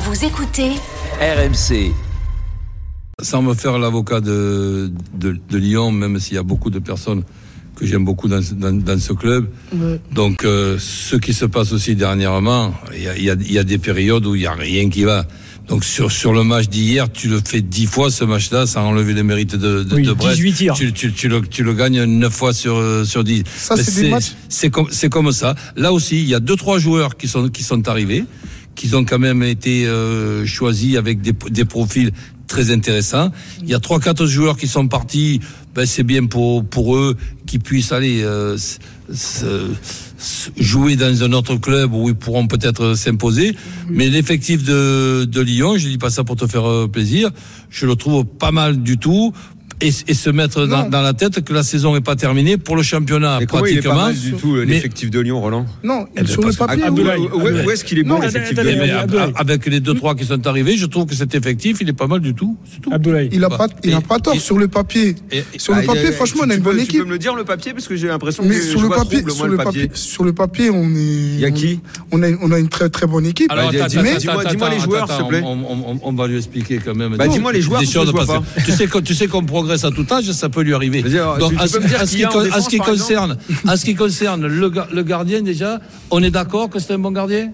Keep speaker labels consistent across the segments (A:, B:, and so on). A: Vous écoutez
B: RMC.
C: Sans me faire l'avocat de, de, de Lyon, même s'il y a beaucoup de personnes que j'aime beaucoup dans, ce- dans- dans ce club. Donc, euh, ce qui se passe aussi dernièrement, il y a, il y a- il y a des périodes où il n'y a rien qui va. Donc, sur, sur le match d'hier, tu le fais dix fois, ce match-là, sans enlever les mérites de, de,
D: Oui,
C: de Brest.
D: 18 tirs.
C: Tu, tu- tu le, tu le gagnes neuf fois sur, euh, sur 10.
E: Ça,
C: Mais
E: c'est des matchs
C: c'est comme c'est comme ça. Là aussi, il y a deux trois joueurs qui sont qui sont arrivés, qui ont quand même été euh, choisis avec des des profils très intéressants. Il y a trois quatre joueurs qui sont partis. Ben c'est bien pour pour eux qui puissent aller euh, s- s- s- jouer dans un autre club où ils pourront peut-être s'imposer. Mais l'effectif de de Lyon, je dis pas ça pour te faire euh, plaisir, je le trouve pas mal du tout. Et, et se mettre dans, dans la tête que la saison n'est pas terminée pour le championnat
F: Mais comment il est pas
C: pratiquement.
F: mal du tout euh,
C: Mais-
F: l'effectif de Lyon, Roland
E: Non,
C: Eh ben,
E: sur le
C: parce que-
E: papier,
F: Ah,
E: oui.
D: Abdoulaye,
F: où- où-
D: Abdoulaye.
F: Où est-ce qu'il est
D: Non,
F: bon
D: attendez,
F: l'effectif de
D: attendez,
C: Mais-
F: Lyon
C: mais
D: Abdoulaye.
C: ab- ab- avec les deux trois qui sont arrivés, je trouve que cet effectif, il est pas mal du tout. C'est tout.
D: Abdoulaye.
E: Ah, il a pas, il a
C: Et-
E: pas tort
C: et-
E: sur le papier.
C: et-
E: Sur le
F: Ah,
E: papier,
F: euh,
E: franchement,
F: tu-
E: on a
F: tu
E: une
F: peux-
E: bonne
F: Tu
E: équipe.
F: peux me le dire le papier parce que j'ai l'impression que
E: Mais
F: je
E: sur le
F: vois
E: papier,
F: trouble, moi,
E: sur le papier, sur le papier, on est.
F: Il y a qui
E: On a, on a une très très bonne équipe.
F: Alors, attends,
E: mais
F: attends, dis-moi- dis-moi les joueurs, s'il te plaît.
C: On, on- on- on va lui expliquer quand même.
F: Bah,
C: des-
F: dis-moi les joueurs,
C: des
F: parce que
C: choses
F: je vois
C: parce que Tu sais qu'on tu sais qu'on progresse à tout âge, ça peut lui arriver.
F: Vas-y, alors,
C: Donc
F: tu- tu
C: à
F: peux me dire
C: ce- à ce
F: qui
C: qui
F: y a en
C: con- à
F: défense,
C: ce qui
F: par exemple
C: concerne, à ce qui concerne le ga- le gardien déjà, on est d'accord que c'est un bon gardien.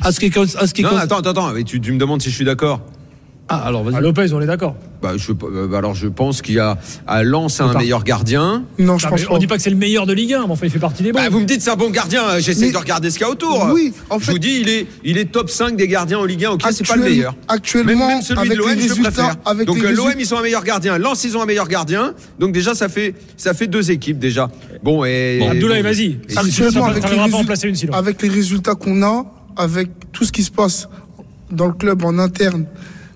C: À ce qui con- à ce qui
F: Non,
C: con-
F: attends, attends, attends. mais Tu, tu me demandes si je suis d'accord.
C: Ah alors
D: Ah,
C: vas-y.
D: Lopez, on est d'accord.
F: Bah, je, euh, bah, alors, je pense qu'il y a à Lens un
D: Attends.
F: meilleur gardien.
E: non, je
D: Ah,
E: pense
D: mais On dit pas que c'est le meilleur de Ligue 1, mais enfin, il fait partie des bons.
F: Bah, vous me dites c'est un bon gardien. euh, J'essaie
E: Mais-
F: de regarder ce qu'il y a autour.
E: Oui, en
F: je
E: fait-
F: vous dis il est, il est top 5 des gardiens en Ligue 1. Ok, c'est pas le
E: Actuel-
F: meilleur.
E: actuellement,
F: même, même celui
E: avec
F: de l'OM,
E: les
F: je
E: résultats-
F: préfère.
E: avec
F: donc
E: les
F: euh, l'OM
E: résultats-
F: ils sont un meilleur gardien. Lens ils ont un meilleur gardien. Donc déjà ça fait, ça fait deux équipes déjà. Bon et
D: Bon, Abdoulaye, vas-y.
F: Et-
D: Ça-
E: Actuellement,
D: Ça, ça,
E: avec
D: ça,
E: les,
D: on va pas en
E: résultats-
D: placer une, sinon.
E: avec les résultats qu'on a, avec tout ce qui se passe dans le club en interne,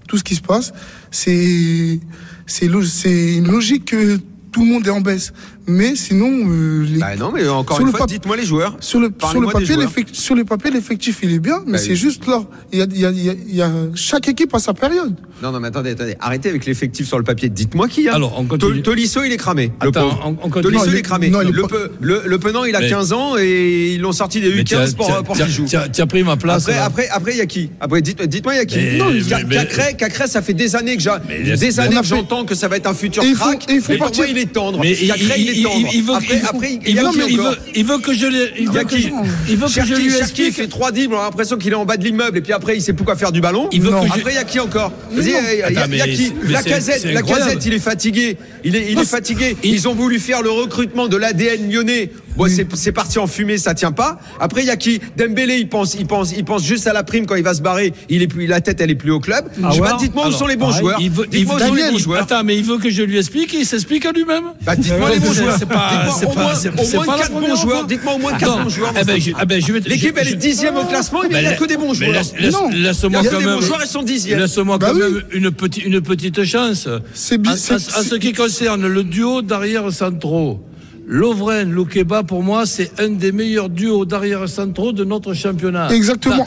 E: tout ce qui se passe, c'est c'est lo- c'est une logique que tout le monde est en baisse. Mais sinon, euh, les-
F: Bah non mais encore
E: Sur
F: une
E: le
F: fois
E: pap-
F: dites-moi les joueurs.
E: sur le sur le
F: Parlez-moi des
E: papier,
F: joueurs.
E: l'effectif- sur le papier, l'effectif il est bien, mais
F: Bah,
E: c'est
F: oui.
E: juste là. Il y a, il y a- il y a- il y a- chaque équipe a sa période.
F: Non, non, mais attendez, attendez. Arrêtez avec l'effectif sur le papier. Dites-moi qui y a.
C: Alors, on continue.
F: Tol- Tolisso, il est cramé. Le
C: Attends,
F: pauvre.
C: on- on continue.
F: Tolisso,
E: Non,
F: il
E: il
F: est
E: est-
F: cramé.
E: non, il est
F: le,
E: pas-
F: pe- le, le Penant, il a
C: Mais-
F: 15 ans et ils l'ont sorti des
C: Mais tu as-
F: U15
C: tu as-
F: pour, pour
C: tu as-
F: qu'il joue.
C: tu as- Tu as pris ma place.
F: Après,
C: là.
F: après, après, il y a qui Après, dites- dites-moi, il y a qui
C: Mais-
F: Non, il y a-
C: mais- mais-
F: Cacré, Cacré, ça fait des années que j'a-
C: Mais laisse-
F: des années
E: on a
F: que
E: fait-
F: j'entends que ça va être un futur
E: Et il faut-
F: crack.
E: et il faut
F: mais pour
E: partir.
F: moi, il est tendre.
C: Mais il,
F: Cacré, il,
C: il-
F: est
C: il-
F: tendre.
C: il veut,
F: après,
C: il veut-
F: après, il
C: il
F: y a
C: veut-
F: qui
C: il
F: encore
C: veut- il veut que je lui, il
F: Il y
C: veut
F: a
C: que
F: qui
C: je- il veut que je
F: Cherki,
C: lui
F: Cherki, il
C: explique.
F: fait 3 dribbles, on a l'impression qu'il est en bas de l'immeuble et puis après il sait plus quoi faire du ballon.
C: Il veut
F: Non.
C: que je-
F: Après il y a qui encore Vas-y,
E: non.
F: il y a- il y a- il y a
C: Attends,
F: qui
C: mais c'est-
F: La
C: c'est-
F: casette,
C: c'est
F: la
C: incroyable.
F: casette, il est fatigué. Il est, il est fatigué. Ils ont voulu faire le recrutement de l'ADN lyonnais. Bon, c'est- c'est parti en fumée, ça tient pas. Après il y a qui Dembélé, il pense, il pense, il pense juste à la prime quand il va se barrer. Il est plus, la tête elle est plus au club. Je sais
D: ouais
F: pas, dites-moi où
C: Ah Alors,
F: sont les bons
D: pareil,
F: joueurs.
C: Il veut, il
F: Dites-moi où
C: veut-
F: sont les
C: Daniel,
F: bons joueurs.
C: Attends, mais il veut que je lui explique et il s'explique à lui-même.
F: Bah, dites-moi les bons
C: C'est-
F: joueurs.
C: c'est pas-
F: Dites-moi
C: c'est
F: au
C: pas-
F: moins-
C: c'est-
F: au
C: c'est
F: moins
C: pas la
F: quatre bons
C: première
F: joueurs.
C: fois.
F: Dites-moi au moins quatre
C: Attends,
F: bons joueurs,
C: eh ben,
F: Vincent.
C: je- eh ben, je vais-
F: L'équipe,
C: je-
F: elle est dixième au classement, mais il n'y a
C: la-
F: que des bons
C: mais
F: joueurs.
C: laisse- laisse-
E: Non.
C: Laisse-moi
F: Il y a
C: quand
F: des
C: même.
F: bons joueurs, ils sont dixièmes.
C: Laisse-moi
E: Bah
C: quand
E: oui.
C: même une petite, une petite chance.
E: C'est bi-
C: À- à-
E: c'est-
C: à, ce qui concerne le duo d'arrière centraux. Lovren, Loukeba, pour moi, c'est un des meilleurs duos d'arrière centraux de notre championnat.
E: Exactement.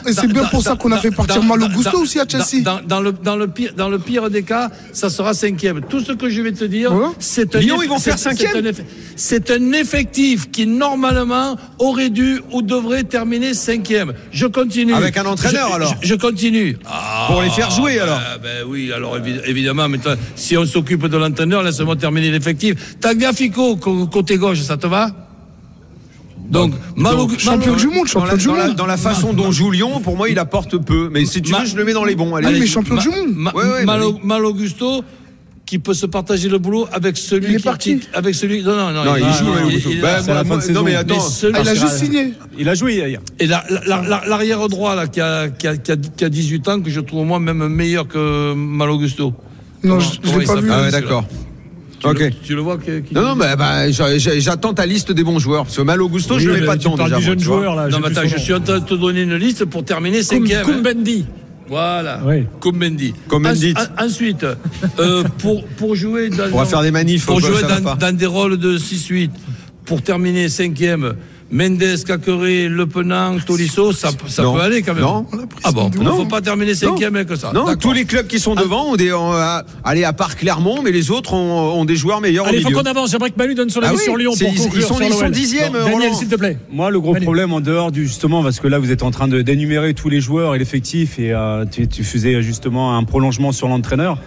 C: Ah. Dans-
E: Et c'est bien
C: dans-
E: pour ça
C: dans-
E: qu'on a
C: dans-
E: fait partir
C: dans-
E: Malo
C: dans-
E: Gusto
C: dans-
E: aussi à Chelsea.
C: Dans, dans le, dans, le pire, dans le pire des cas, ça sera cinquième. Tout ce que je vais te dire,
E: Ouais.
C: c'est un,
F: Lyon,
C: eff-
F: ils vont faire
C: c'est-
F: cinquième
C: c'est un eff- C'est un effectif qui, normalement, aurait dû ou devrait terminer cinquième. Je continue.
F: Avec un entraîneur,
C: Je-
F: alors.
C: Je, je continue.
F: Pour les faire jouer, alors.
C: Ah, ben oui, alors évi- évidemment, mais toi, si on s'occupe de l'entraîneur, laisse-moi terminer l'effectif. Tagliafico, co- côté gauche, ça te va Donc, Malo- Malo-
E: champion du monde,
F: dans la,
E: champion du
F: dans la-
E: monde.
F: dans la façon dont joue Lyon, pour moi, il apporte peu. Mais si tu
C: Ah. Ma-
F: veux, je le mets dans les bons. Allez,
E: Oui,
F: allez.
E: mais champion du monde.
C: Bah, Ma-
F: Ouais, ouais,
C: Malo-
F: bah
C: Malogusto, qui peut se partager le boulot avec celui
E: Il est
C: qui-
E: parti.
C: qui- avec celui non non non,
F: non, il
C: est-
F: joue.
C: Ah, il-
F: ouais,
C: il-
F: Augusto.
C: il-
F: Bah,
C: il-
F: moi, moi, non, mais
C: mais
F: attends.
C: celui-
E: Ah, il a juste signé.
D: Il a joué hier.
C: et la- la- la- la- l'arrière droit là qui a, qui, a, qui a- qui a 18 ans que je trouve moi même meilleur que Malogusto
E: Non, je- je l'ai pas vu.
F: Ah ouais, d'accord. Ok.
C: tu le vois que- qui-
F: Non, non, mais bah, j'a- j'a- j'attends ta liste des bons joueurs. Parce que Malo Gusto, je ne le mets pas
D: tu
F: dedans
D: parles
F: déjà.
D: du
F: moi,
D: jeune
F: tu vois.
D: joueur là.
C: Non, mais attends, je suis en train de te donner une liste pour terminer cinquième. hein.
D: Koumbendi.
C: Voilà.
D: Oui.
C: Koumbendi.
F: Koumbendi.
C: Ens- en- ensuite, euh, pour, pour jouer dans,
A: euh,
F: On va faire des manifs,
C: pour
F: quoi,
C: jouer
F: ça va
C: dans,
F: pas.
C: dans des rôles de 6-8, pour terminer cinquième, Mendes, Caqueré, Le Penant, Tolisso, ça, ça
F: Non.
C: peut aller quand même.
F: Non.
C: Ah bon, il ne
F: Non.
C: faut pas terminer cinquième avec ça.
F: Non,
C: D'accord.
F: tous les clubs qui sont devant ont des, ont, euh, allez, à part Clermont, mais les autres ont, ont des joueurs meilleurs
D: Allez,
F: au
D: faut
F: milieu.
D: qu'on avance. J'aimerais que Manu donne son
F: Ah
D: avis
F: oui,
D: sur Lyon
F: c'est-
D: pour
F: ils-
D: conclure
F: ils sont-
D: sur
F: ils sont
D: l'OL.
F: dixièmes,
D: Non, Daniel,
F: Roland.
D: s'il te plaît.
A: Moi, le gros
D: Allez.
A: problème en dehors du justement, parce que là, vous êtes en train de d'énumérer tous les joueurs et l'effectif, et euh, tu, tu faisais justement un prolongement sur l'entraîneur.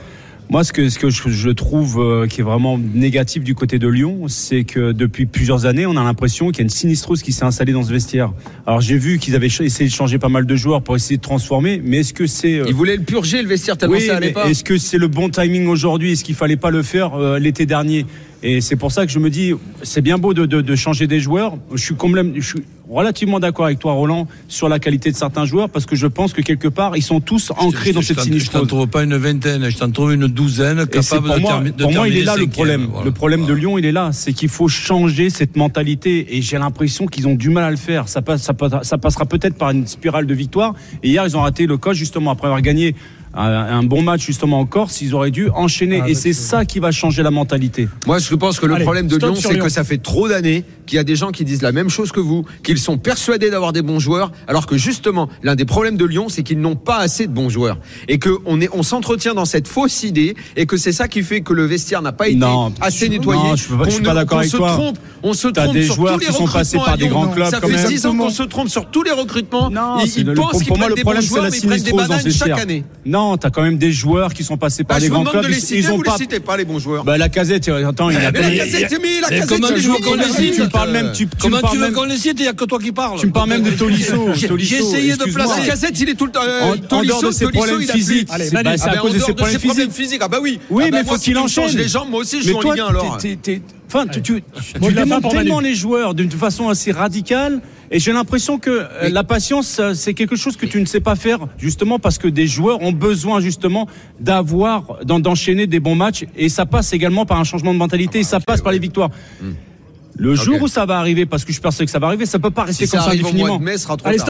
A: Moi, ce que, ce que je, je trouve euh, qui est vraiment négatif du côté de Lyon, c'est que depuis plusieurs années, on a l'impression qu'il y a une sinistrose qui s'est installée dans ce vestiaire. Alors, j'ai vu qu'ils avaient ch- essayé de changer pas mal de joueurs pour essayer de transformer, mais est-ce que c'est euh,
F: Ils voulaient le purger, le vestiaire, tellement ça allait
A: mais
F: pas.
A: Est-ce que c'est le bon timing aujourd'hui Est-ce qu'il fallait pas le faire euh, l'été dernier Et c'est pour ça que je me dis, c'est bien beau de, de- de changer des joueurs. Je suis, complètement- je suis relativement d'accord avec toi, Roland, sur la qualité de certains joueurs, parce que je pense que quelque part, ils sont tous ancrés dans
C: Je
A: cette
C: t'en- Je t'en
A: sinistrose.
C: trouve pas une vingtaine, je t'en trouve une douzaine
A: Et c'est
C: capable
A: pour
C: de,
A: moi,
C: termi- de
A: pour moi, il
C: terminer
A: est là le
C: cinquième,
A: problème.
C: voilà.
A: Le problème de
C: Voilà.
A: Lyon, il est là. C'est qu'il faut changer cette mentalité. Et j'ai l'impression qu'ils ont du mal à le faire. Ça, passe- ça passe- ça passera peut-être par une spirale de victoire. Et hier, ils ont raté le coach, justement, après avoir gagné un, un bon match, justement, en Corse. Ils auraient dû enchaîner. et c'est ça qui va changer la mentalité.
F: Moi, je pense que le
D: Allez,
F: problème de
D: stop
F: Lyon,
D: sur
F: c'est
D: Lyon.
F: que ça fait trop d'années qu'il y a des gens qui disent la même chose que vous, qu'ils sont persuadés d'avoir des bons joueurs, alors que justement, l'un des problèmes de Lyon, c'est qu'ils n'ont pas assez de bons joueurs. Et qu'on est, on s'entretient dans cette fausse idée, et que c'est ça qui fait que le vestiaire n'a pas été
A: Non,
F: assez
A: je-
F: nettoyé.
A: non, je peux pas- je
F: qu'on
A: suis pas
F: ne-
A: d'accord
F: qu'on
A: avec
F: se
A: toi.
F: Trompe, on se
A: T'as
F: trompe
A: des
F: sur
A: joueurs
F: tous les
A: qui sont passés
F: recrutements
A: par
F: à
A: des
F: Lyon.
A: grands clubs,
F: Ça
A: quand
F: fait
A: même.
F: 10 ans qu'on se trompe sur tous les recrutements.
A: Non,
F: ils
A: c'est
F: ils
A: le-
F: pensent
A: pour-
F: qu'ils
A: pour moi,
F: prennent
A: le
F: des bons
A: problème, c'est
F: joueurs,
A: la
F: mais ils prennent des
A: sinistrose dans
F: bananes
A: ce
F: chaque
A: vestiaire.
F: année.
A: Non, t'as quand même des joueurs qui sont passés par
F: Bah,
A: des
F: je vous
A: grands
F: demande
A: clubs.
F: de les
A: Ils-
F: citer,
A: ils ont
F: vous les
A: pas.
F: citez pas, les bons joueurs.
A: Bah, la casette, attends, il a
F: Mais la
A: gagné-
F: Casette, c'est mis, la
C: Mais
F: Casette,
C: comment
F: c'est
C: tu
F: mis,
C: veux qu'on
F: il a
C: les
F: fini.
C: cite
A: Tu me parles même, tu, tu me
C: Comment
A: parles
C: tu veux
A: même-
C: qu'on les cite Il n'y a que toi qui parles.
A: Tu me parles même de Tolisso.
C: J'ai-
A: Tolisso,
C: J'ai essayé de
A: excuse-moi.
F: La
C: placer.
F: Casette, il est tout le temps.
A: En-
F: euh,
A: en dehors de ses
F: Tolisso,
A: problèmes
F: il a
A: physique.
F: plus.
A: Allez,
F: Ah
A: Manu,
F: bah,
A: c'est à
F: en
A: cause de
F: dehors
A: ses problèmes
F: problèmes
A: physiques.
F: physiques. Ah bah oui.
A: Oui,
F: Ah bah
A: mais
F: moi,
A: faut
F: si
A: qu'il
F: tu me
A: enchaîne.
F: changes les jambes, moi aussi, je
A: Mais
F: joue en
A: toi,
F: Ligue 1 alors.
A: t'es- t'es- t'es- Enfin, tu, tu,
D: Moi,
A: tu
D: je la fin
A: démontes
D: pour
A: tellement
D: Manu.
A: les joueurs d'une façon assez radicale. Et j'ai l'impression que euh, la patience, euh, c'est quelque chose que tu ne sais pas faire, justement, parce que des joueurs ont besoin, justement, d'avoir, d'en- d'enchaîner des bons matchs. Et ça passe également par un changement de mentalité, et
F: Ah,
A: ça passe par les victoires. Le jour
F: Ok.
A: où ça va arriver, parce que je suis persuadé que ça va arriver, ça peut pas rester
F: Si
A: comme
F: ça
A: ça
F: arrive au mois
A: indéfiniment.
F: de mai, ce sera trop
D: Allez,
F: tard.